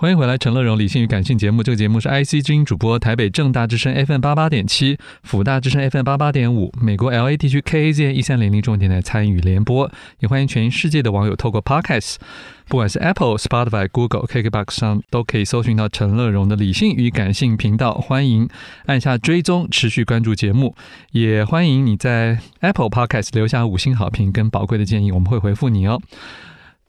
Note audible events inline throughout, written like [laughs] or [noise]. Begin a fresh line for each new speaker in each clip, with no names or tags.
欢迎回来，《陈乐融理性与感性》节目。这个节目是 IC 之音主播，台北正大之声 FM 八八点七，辅大之声 FM 八八点五，美国 LA 地区 KAZ 一三零零重点台参与联播。也欢迎全世界的网友透过 Podcast，不管是 Apple、Spotify、Google、KKBox 上都可以搜寻到陈乐融的理性与感性频道。欢迎按下追踪，持续关注节目。也欢迎你在 Apple Podcast 留下五星好评跟宝贵的建议，我们会回复你哦。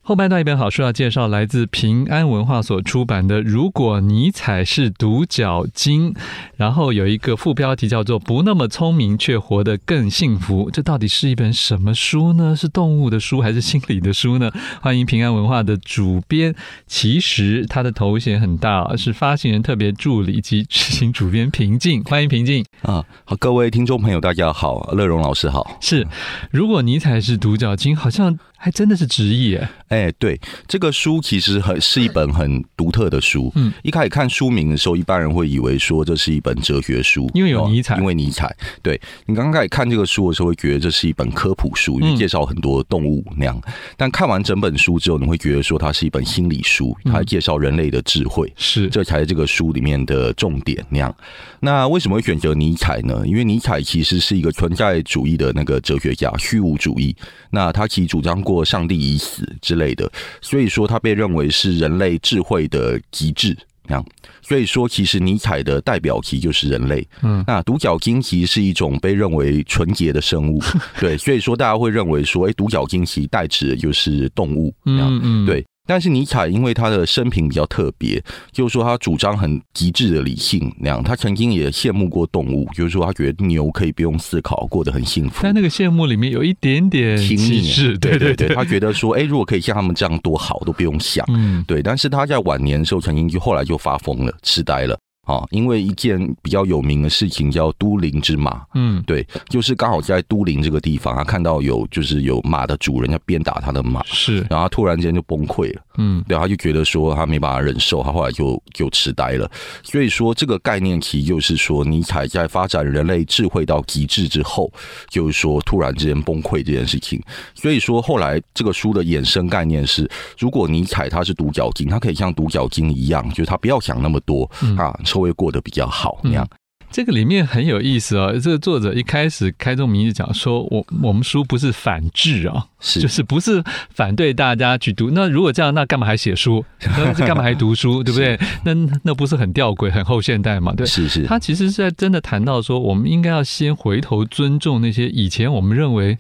后半段一本好书要介绍来自平安文化所出版的《如果尼采是独角鲸》，然后有一个副标题叫做“不那么聪明却活得更幸福”。这到底是一本什么书呢？是动物的书还是心理的书呢？欢迎平安文化的主编，其实他的头衔很大啊，是发行人特别助理及执行主编平静。欢迎平静。
啊，好，各位听众朋友，大家好，乐荣老师好。
是，如果尼采是独角鲸，好像还真的是直译耶。
哎，对，这个书其实很是一本很独特的书。
嗯，
一开始看书名的时候，一般人会以为说这是一本哲学书，
因为有尼采
哦因为尼采。对你刚开始看这个书的时候，会觉得这是一本科普书，因为
嗯
介绍很多动物那样。但看完整本书之后，你会觉得说它是一本心理书，
嗯
它介绍人类的智慧。
是，
这才是这个书里面的重点那样。那为什么会选择尼采呢？因为尼采其实是一个存在主义的那个哲学家，虚无主义。那他其实主张过上帝已死之类的，所以说他被认为是人类智慧的极致。那样，所以说其实尼采的代表其实就是人类。
嗯，
那独角鲸其实是一种被认为纯洁的生物，对，所以说大家会认为说，哎、独角鲸其实代指的就是动物。那样。
嗯嗯，
对。但是尼采因为他的生平比较特别，就是说他主张很极致的理性那样。他曾经也羡慕过动物，就是说他觉得牛可以不用思考，过得很幸福。
但那个羡慕里面有一点点
亲
歧
密啊
视，对
对
对
他觉得说，哎、如果可以像他们这样多好，都不用想。
嗯，
对，但是他在晚年的时候，曾经就后来就发疯了，痴呆了啊、因为一件比较有名的事情叫都灵之马，
嗯，
对，就是刚好在都灵这个地方，他看到有就是有马的主人在鞭打他的马，
是，
然后他突然间就崩溃了。
嗯
对，他就觉得说他没办法忍受，他后来就就痴呆了。所以说，这个概念其实就是说，尼采在发展人类智慧到极致之后，就是说突然之间崩溃这件事情。所以说，后来这个书的衍生概念是，如果尼采他是独角鲸，他可以像独角鲸一样，就是他不要想那么多
嗯，
啊，社会过得比较好那样。
这个里面很有意思哦。这个作者一开始开宗明义讲说，我我们书不是反制啊、
是
就是不是反对大家去读。那如果这样，那干嘛还写书？那干嘛还读书？对不对？那那不是很吊诡，很后现代嘛？对，
是是，
他其实是在真的谈到说，我们应该要先回头尊重那些以前我们认为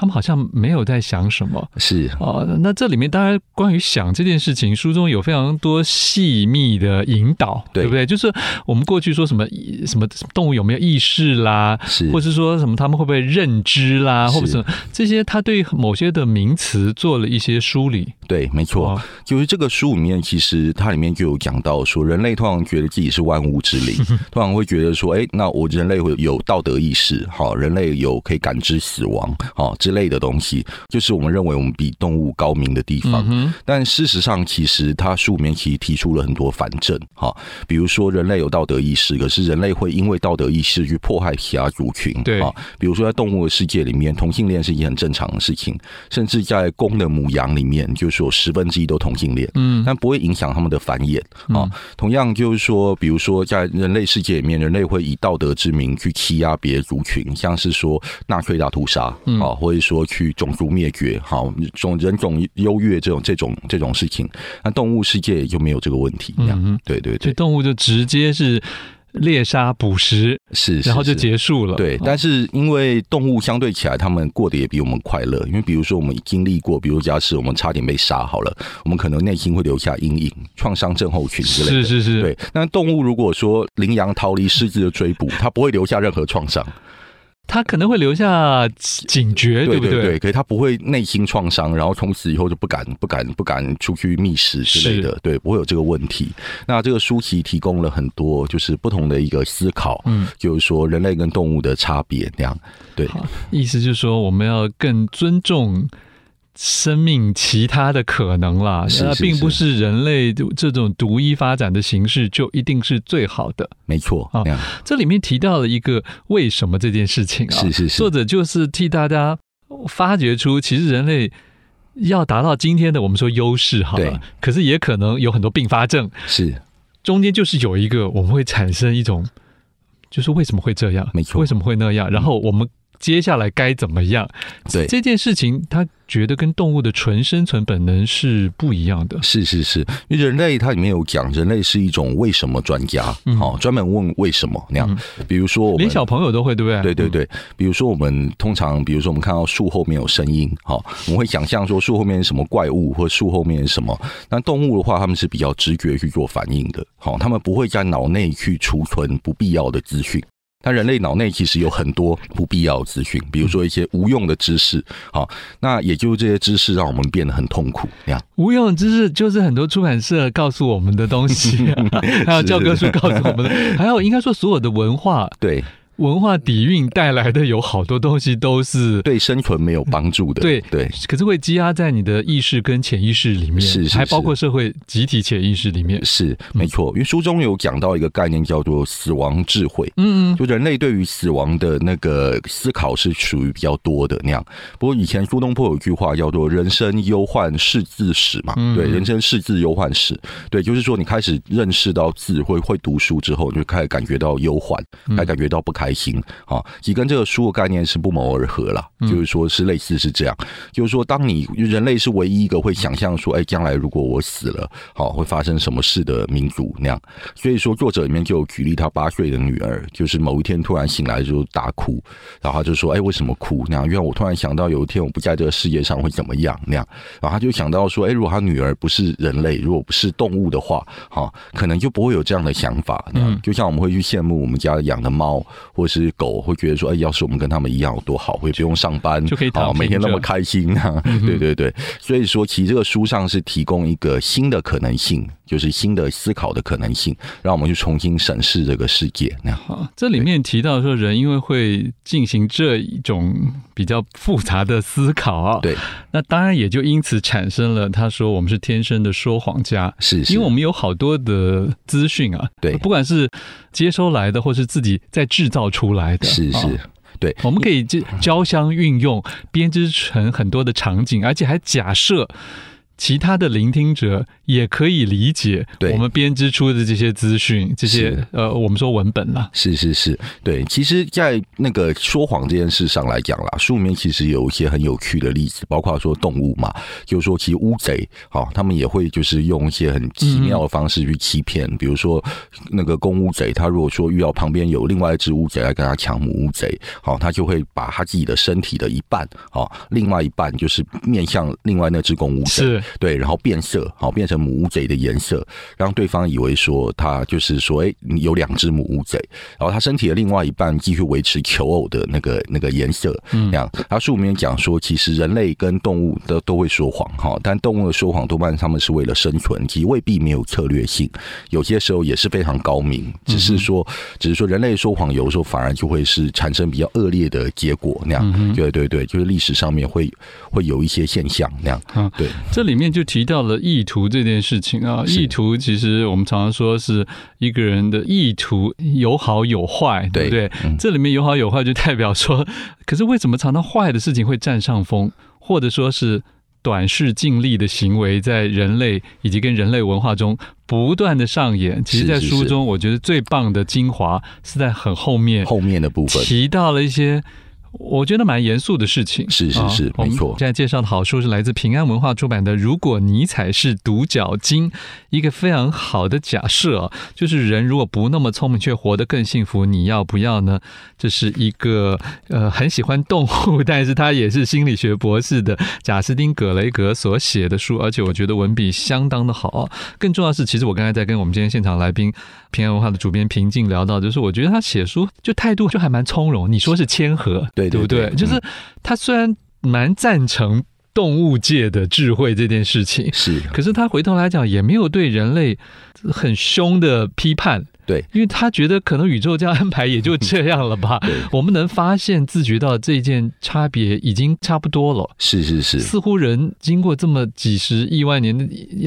他们好像没有在想什么。
是
哦，那这里面当然关于想这件事情，书中有非常多细密的引导，
对
不对？就是我们过去说什么什么动物有没有意识啦，
是
或是说什么他们会不会认知啦，
是
或者什么这些，他对某些的名词做了一些梳理。
对，没错。
哦
就是这个书里面，其实它里面就有讲到说，人类通常觉得自己是万物之灵，通常会觉得说，哎、那我人类会有道德意识，好，人类有可以感知死亡，好之类的东西，就是我们认为我们比动物高明的地方。
嗯哼，
但事实上，其实他书里面其实提出了很多反证，哈，比如说人类有道德意识，可是人类会因为道德意识去迫害其他族群，
对
啊，比如说在动物的世界里面，同性恋是一件很正常的事情，甚至在公的母羊里面，就是说十分之一都同性恋，
嗯，
但不会影响他们的繁衍啊、同样就是说，比如说在人类世界里面，人类会以道德之名去欺压别的族群，像是说纳粹大屠杀啊、
嗯
或者说去种族灭绝，好种人种优越这种这种这种事情。那动物世界也就没有这个问题，这样、
嗯哼
对对
所以
对，
动物就直接是猎杀捕食，
是，是
然后就是结束了。嗯
对，但是因为动物相对起来，他们过得也比我们快乐。因为比如说我们经历过，比如假使我们差点被杀好了，我们可能内心会留下阴影、创伤症候群之类的。
是是是，
对，但动物如果说羚羊逃离狮子的追捕，它不会留下任何创伤，
他可能会留下警觉，
对
哎不
对对，可是它不会内心创伤，然后从此以后就不敢、不敢、不敢出去觅食之类的，对，不会有这个问题。那这个书籍提供了很多就是不同的一个思考，
嗯，
就是说人类跟动物的差别那样，对，
好，意思就是说我们要更尊重生命其他的可能啦，
是
那
是
并不是人类这种独一发展的形式就一定是最好的。
没错，
啊
那样
这里面提到了一个为什么这件事情啊，
是是是
作者就是替大家发掘出，其实人类要达到今天的我们说优势好
对
了，可是也可能有很多并发症，
是
中间就是有一个我们会产生一种，就是为什么会这样，
没错
为什么会那样，然后我们接下来该怎么样？
对
这件事情，他觉得跟动物的纯生存本能是不一样的。
是是是，因为人类它里面有讲，人类是一种为什么专家，好、
嗯
专门问为什么那样。比如说我们
连小朋友都会，对不对？
对对对，比如说我们通常，比如说我们看到树后面有声音，好、我们会想象说树后面是什么怪物，或树后面是什么。那动物的话，他们是比较直觉去做反应的，好、他们不会在脑内去储存不必要的资讯。但人类脑内其实有很多不必要的资讯，比如说一些无用的知识，好、那也就是这些知识让我们变得很痛苦，那样
无用知识就是很多出版社告诉我们的东西、啊
[laughs]
还有教科书告诉我们的，还有应该说所有的文化
对
文化底蕴带来的有好多东西都是。
对生存没有帮助的，
对
对，
可是会积压在你的意识跟潜意识里面，
是是
还包括社会集体潜意识里面。
是没错。因为书中有讲到一个概念叫做死亡智慧，
嗯嗯，
就人类对于死亡的那个思考是属于比较多的那样。不过以前苏东坡有句话叫做“人生忧患是自始”嘛，
嗯
对，人生是自忧患始。对，就是说你开始认识到字，会会读书之后，你就开始感觉到忧患，
嗯
还感觉到不开心啊。其实跟这个书的概念是不谋而合啦，
嗯
就是说是类似是这样，就是说当你人类是唯一一个会想象说，哎，将来如果我死了，好会发生什么事的民族那样。所以说，作者里面就有举例，他八岁的女儿，就是某一天突然醒来就大哭，然后他就说：“哎，为什么哭？”那样，因为我突然想到有一天我不在这个世界上会怎么样那样，然后他就想到说：“哎，如果他女儿不是人类，如果不是动物的话，哈、可能就不会有这样的想法。”
嗯
那样，就像我们会去羡慕我们家养的猫或是狗，会觉得说：“哎，要是我们跟他们一样有多好，会不用上班，
就可嗯以躺
好
平
每天那么
着
开心啊。对对对，所以说其实这个书上是提供一个新的可能性，就是新的思考的可能性，让我们去重新审视这个世界。那样
好，这里面提到说，人因为会进行这一种比较复杂的思考，，啊
对，
那当然也就因此产生了他说我们是天生的说谎家，
是是，
因为我们有好多的资讯啊，
对
不管是接收来的，或是自己再制造出来的，
是
啊
是。对，
我们可以就交相运用，编织成很多的场景，而且还假设其他的聆听者也可以理解
对
我们编织出的这些资讯，这些
是
呃，我们说文本啦，
是是是，对。其实，在那个说谎这件事上来讲啦，书里面其实有一些很有趣的例子，包括说动物嘛，就是说其实乌贼，好、他们也会就是用一些很奇妙的方式去欺骗，比如说那个公乌贼，它如果说遇到旁边有另外一只乌贼来跟它抢母乌贼，好、它就会把它自己的身体的一半，好、另外一半就是面向另外那只公乌贼，
是
对，然后变色，好变成母乌贼的颜色，让对方以为说它就是说，哎，你有两只母乌贼，然后它身体的另外一半继续维持求偶的那个那个颜色，嗯，这样。它书里面讲说，其实人类跟动物都都会说谎哈，但动物的说谎多半他们是为了生存，其实未必没有策略性，有些时候也是非常高明，只是说，只是说人类说谎有时候反而就会是产生比较恶劣的结果那样，对对对，就是历史上面会会有一些现象那样，
嗯
对。
这里面就提到了意图这件事情啊，
是
意图其实我们常常说是一个人的意图有好有坏，对不对？
对嗯
这里面有好有坏，就代表说， [laughs] 可是为什么常常坏的事情会占上风，或者说是短视近利的行为，在人类以及跟人类文化中不断的上演？其实，
是
在
是
书
是
中，我觉得最棒的精华是在很后面
后面的部分
提到了一些。我觉得蛮严肃的事情，
是是是
啊我们
没错
现在介绍的好书是来自平安文化出版的《如果尼采是独角鲸》，一个非常好的假设、啊，就是人如果不那么聪明，却活得更幸福，你要不要呢？这是一个呃很喜欢动物，但是他也是心理学博士的贾斯汀·葛雷格所写的书，而且我觉得文笔相当的好啊。更重要的是，其实我刚才在跟我们今天现场来宾平安文化的主编平静聊到，就是我觉得他写书就态度就还蛮从容。你说是谦和，
对对
不对？
对嗯
就是他虽然蛮赞成动物界的智慧这件事情，
是
可是他回头来讲也没有对人类很凶的批判。
对，
因为他觉得可能宇宙这样安排也就这样了
[laughs]
吧。我们能发现、自觉到这件差别已经差不多了。
是是是，
似乎人经过这么几十亿万年，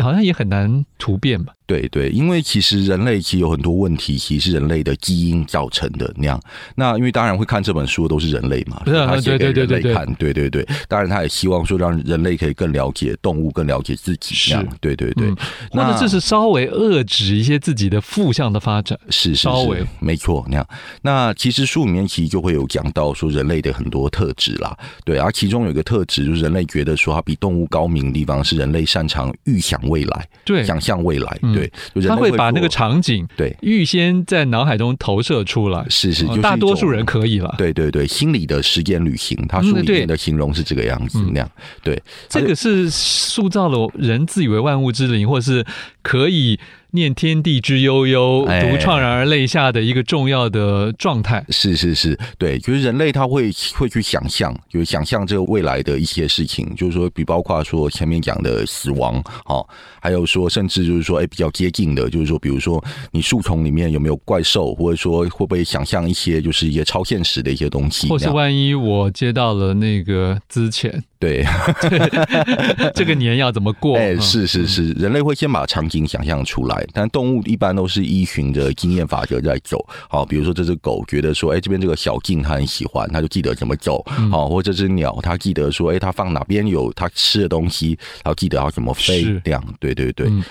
好像也很难突变吧？
对对，因为其实人类其实有很多问题，其实是人类的基因造成的那样。那因为当然会看这本书的都是人类嘛，
是啊
他写给
对对
人
对
类看，对对对。当然他也希望说让人类可以更了解动物，更了解自己
是
那样。对对对，
嗯或
那
者这是稍微遏制一些自己的负向的发展。
是是
稍微
是，没错那样。那其实书里面其实就会有讲到说人类的很多特质啦，对，而其中有一个特质就是人类觉得说它比动物高明的地方是人类擅长预想未来，
对，
想象未来，
嗯
对，就人
他
类
会把
做
那个场景
对。
预先在脑海中投射出来，
是是，
呃
就是一
大多数
种
人可以了。
对对对，心理的时间旅行，他
嗯
书里
对
面的形容是这个样子、
嗯
那样。对，
这个是塑造了人自以为万物之灵，或是可以念天地之悠悠、
哎
独怆然而泪下的一个重要的状态。
是是是，对，就是人类他会会去想象，就是想象这个未来的一些事情，就是说，比包括说前面讲的死亡，哦，还有说甚至就是说，哎，比较接近的，就是说，比如说你树丛里面有没有怪兽，或者说会不会想象一些就是一些超现实的一些东西
或
那
是
样，
万一我接到了那个资
[laughs]
遣，
对，
这个年要怎么过？
哎，
嗯
是是是，人类会先把场景想象出来，但动物一般都是依循着经验法则在走。好，比如说这只狗觉得说，哎，这边这个小径它很喜欢，它就记得怎么走。
嗯
好，或者这只鸟它记得说，哎，它放哪边有它吃的东西，然后记得要怎么飞
是。
这样，对对对，
嗯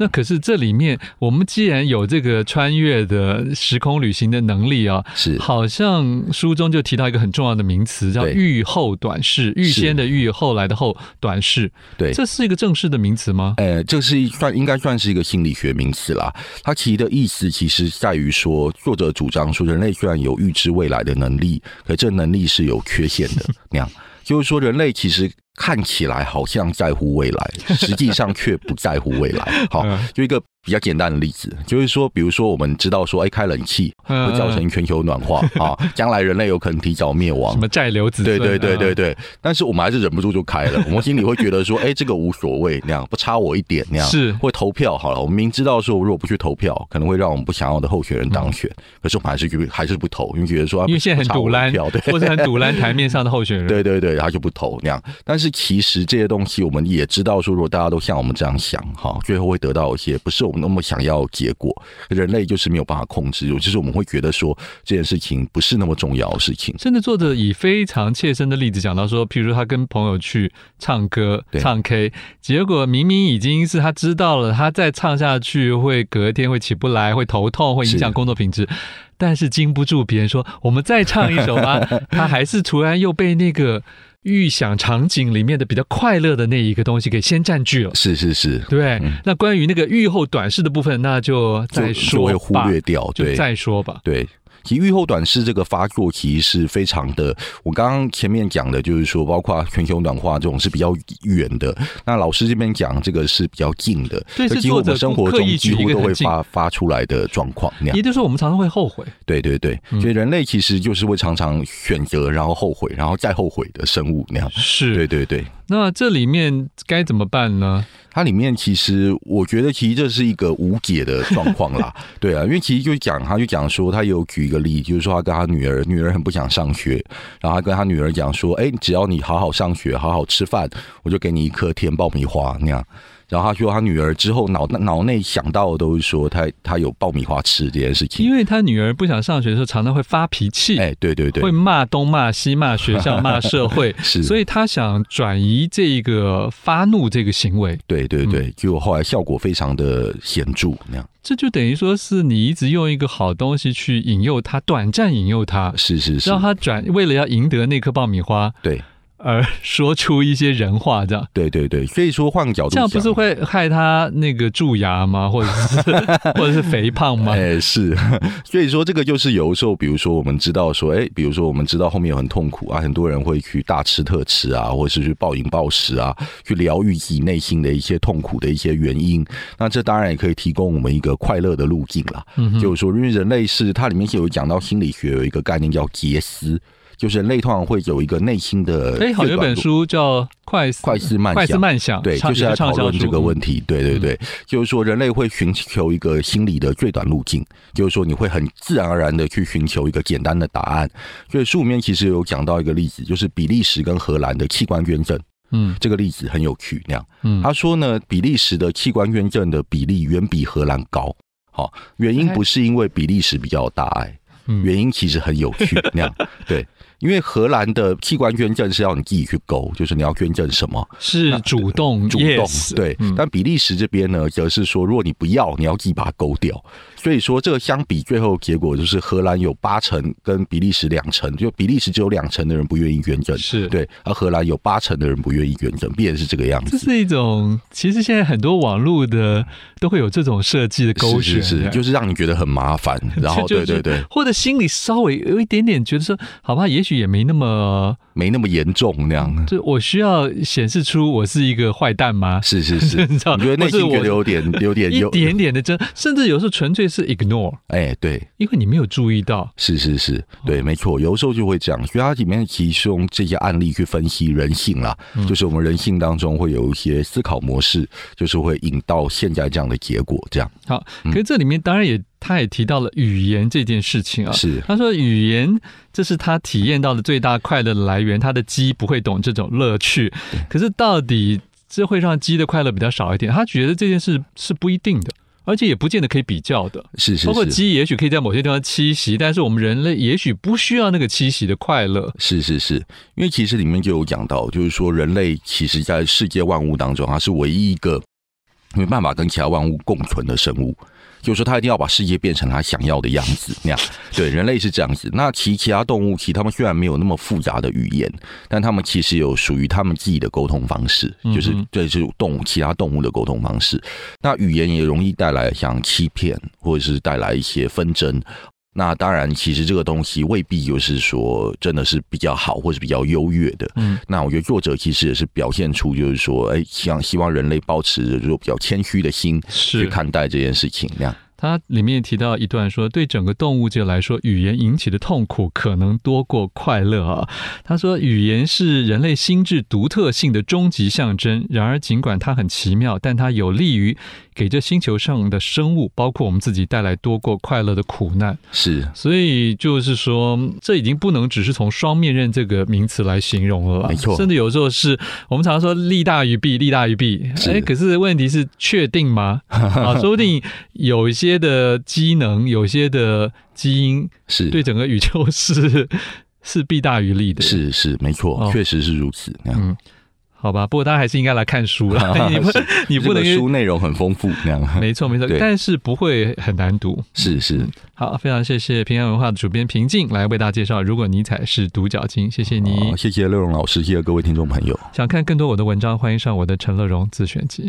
那可是这里面，我们既然有这个穿越的时空旅行的能力啊，
是
好像书中就提到一个很重要的名词，叫
对
预后短视，预
是
先的预，后来的后短视，
对。
这是一个正式的名词吗？
呃，这是一算应该算是一个心理学名词啦。它其实的意思其实在于说，作者主张说，人类虽然有预知未来的能力，可这能力是有缺陷的。那样就是说，人类其实看起来好像在乎未来，实际上却不在乎未来。好
嗯，
就一个比较简单的例子，就是说，比如说我们知道说，哎，开冷气
嗯
会
呃
造成全球暖化啊，将来人类有可能提早灭亡
什。么债留子孙
对
啊？
对对对对，但是我们还是忍不住就开
[laughs]
了，我们心里会觉得说，哎，这个无所谓，那样不差我一点那样。
是
会投票好了，我们明知道说如果不去投票，可能会让我们不想要的候选人当选，可是我们还是去还是不投，因为觉得说啊
嗯因为现在很
不差我
堵
一
拦
票对，
或者很堵拦台面上的候选人。
对对对，他就不投那样。但是其实这些东西我们也知道，说如果大家都像我们这样想，哈，最后会得到一些不是我们那么想要的结果。人类就是没有办法控制，有就是我们会觉得说这件事情不是那么重要的事情。
甚至作者以非常切身的例子讲到说，譬如他跟朋友去唱歌、
对
唱 K，结果明明已经是他知道了，他再唱下去会隔天会起不来，会头痛，会影响
是
工作品质。但是经不住别人说我们再唱一首
[laughs]
吧，他还是突然又被那个预想场景里面的比较快乐的那一个东西给先占据了。
是是是，
对，那关于那个预后短视的部分，那就再
嗯就就
说
会忽
吧，
略掉，
就
对，
再说吧。
对，其实预后短视这个发作其实是非常的，我刚刚前面讲的就是说，包括全球暖化这种是比较远的。那老师这边讲这个是比较近的，
对
这
是
几乎
作
我
者
们生活
刻意举
中几
一
乎
个
都
很
会
近
发发出来的状况那样
也。就是说，我们常常会后悔。
对对对，
嗯
所以人类其实就是会常常选择，然后后悔，然后再后悔的生物那样。
是
对对对，
那这里面该怎么办呢？
它里面其实我觉得其实这是一个无解的状况
[laughs]
啦，对啊，因为其实就讲他就讲说他有举一个例，就是说他跟他女儿，女儿很不想上学，然后他跟他女儿讲说，哎，只要你好好上学，好好吃饭，我就给你一颗甜爆米花那样。然后他说他女儿之后脑脑内想到的都是说他他有爆米花吃这件事情
因，为他女儿不想上学的时候，常常会发脾气，
哎，对对对
会，骂东骂西，骂学校，骂社会，
[laughs] 是
所以他想转移这个发怒这个行为。
对对
嗯
对，就后来效果非常的显著那样。
这就等于说是你一直用一个好东西去引诱他，短暂引诱他，
是是是
让，他转为了要赢得那颗爆米花
对
而说出一些人话，这样
对对对，所以说换个角度
这
讲，
样不是会害他那个蛀牙吗？或者是 [laughs] 或者是肥胖吗？
[laughs] 哎、是，所以说这个就是有的时候，比如说我们知道说，哎、比如说我们知道后面很痛苦啊，很多人会去大吃特吃啊，或者是去暴饮暴食啊，去疗愈自己内心的一些痛苦的一些原因。那这当然也可以提供我们一个快乐的路径啦。
嗯哼
就是说，因为人类是它里面是有讲到心理学有一个概念叫杰斯，就是人类通常会有一个内心的
哎，好，
最
有一
短
本
路
书叫《快思
快思慢
快思
想。
慢想，
对，
啊畅
就是
也
在讨
畅销
论这
书
个
嗯
问题。对对对，就是说人类会寻求一个心理的最短路径，就是说你会很自然而然的去寻求一个简单的答案。所以书里面其实有讲到一个例子，就是比利时跟荷兰的器官捐赠。
嗯
这个例子很有趣，那样。
嗯，
他说呢，比利时的器官捐赠的比例远比荷兰高。好、
哎
原因不是因为比利时比较有大爱，
嗯
原因其实很有
[laughs]
趣。那样对，因为荷兰的器官捐赠是要你自己去勾，就是你要捐赠什么
是
[laughs]
主动
主动
yes，
对。
嗯
但比利时这边呢，则是说，如果你不要，你要自己把它勾掉。所以说，这个相比最后结果就是荷兰有八成跟比利时两成，就比利时只有两成的人不愿意捐赠，
是
对，而荷兰有八成的人不愿意捐赠，必然是这个样
这。
子
是一种，其实现在很多网络的都会有这种设计的勾选，
是是是，就是让你觉得很
[laughs]
麻烦，然后
就
对
是
对对，
或者心里稍微有一点点觉得说，好吧，也许也没那么，
没那么严重那样。
就我需要显示出我是一个坏蛋吗？ [laughs]
是是是，
你
你
知道
觉得内
或是
心
我
觉得有点有
[laughs]
点
一
有，
点点的真，甚至有时候纯粹是 ignore，
哎，对，
因为你没有注意到。
是是是，
嗯
对，没错，有时候就会这样。所以它里面其实是用这些案例去分析人性啦，
嗯
就是我们人性当中会有一些思考模式，就是会引到现在这样的结果。这样
好，可是这里面当然也，他也提到了语言这件事情啊。
是
他说语言这是他体验到的最大快乐的来源，他的鸡不会懂这种乐趣。可是到底这会让鸡的快乐比较少一点？他觉得这件事是不一定的，而且也不见得可以比较的。
是是
包括
是。
鸡也许可以在某些地方栖息，但是我们人类也许不需要那个栖息的快乐。
是是是，因为其实里面就有讲到，就是说人类其实在世界万物当中，它是唯一一个没办法跟其他万物共存的生物。就是说，它一定要把世界变成它想要的样子那样。对，人类是这样子。那其其他动物，其实它们虽然没有那么复杂的语言，但它们其实有属于它们自己的沟通方式，就是
嗯哼
这是动物其他动物的沟通方式。那语言也容易带来像欺骗，或者是带来一些纷争。那当然，其实这个东西未必就是说真的是比较好，或是比较优越的。
嗯，
那我觉得作者其实也是表现出，就是说，哎，希望希望人类保持着就是比较谦虚的心去
是。
看待这件事情，那样
它里面提到一段说，对整个动物界来说，语言引起的痛苦可能多过快乐啊。他说，语言是人类心智独特性的终极象征。然而，尽管它很奇妙，但它有利于给这星球上的生物，包括我们自己，带来多过快乐的苦难。
是。
所以就是说，这已经不能只是从双面刃这个名词来形容了啦，
没错
甚至有时候是我们常说利大于弊，利大于弊。
是
哎，可是问题是确定
[laughs]
吗？啊，说不定有一些的机能，有一些的基因，
是
对整个宇宙是是弊大于利的。，
是是，没错
哦，
确实是如此。那样
嗯，好吧。不过大家还是应该来看书
[laughs]
啦，你不
是
你不
这
能
个。书内容很丰富，那样
[laughs] 没错，没错，
对
但是不会很难读。
是是。
好，非常谢谢平安文化的主编平静来为大家介绍。如果尼采是独角鲸，谢谢你
好。哦谢谢乐荣老师，谢谢各位听众朋友。
想看更多我的文章，欢迎上我的陈乐融自选集。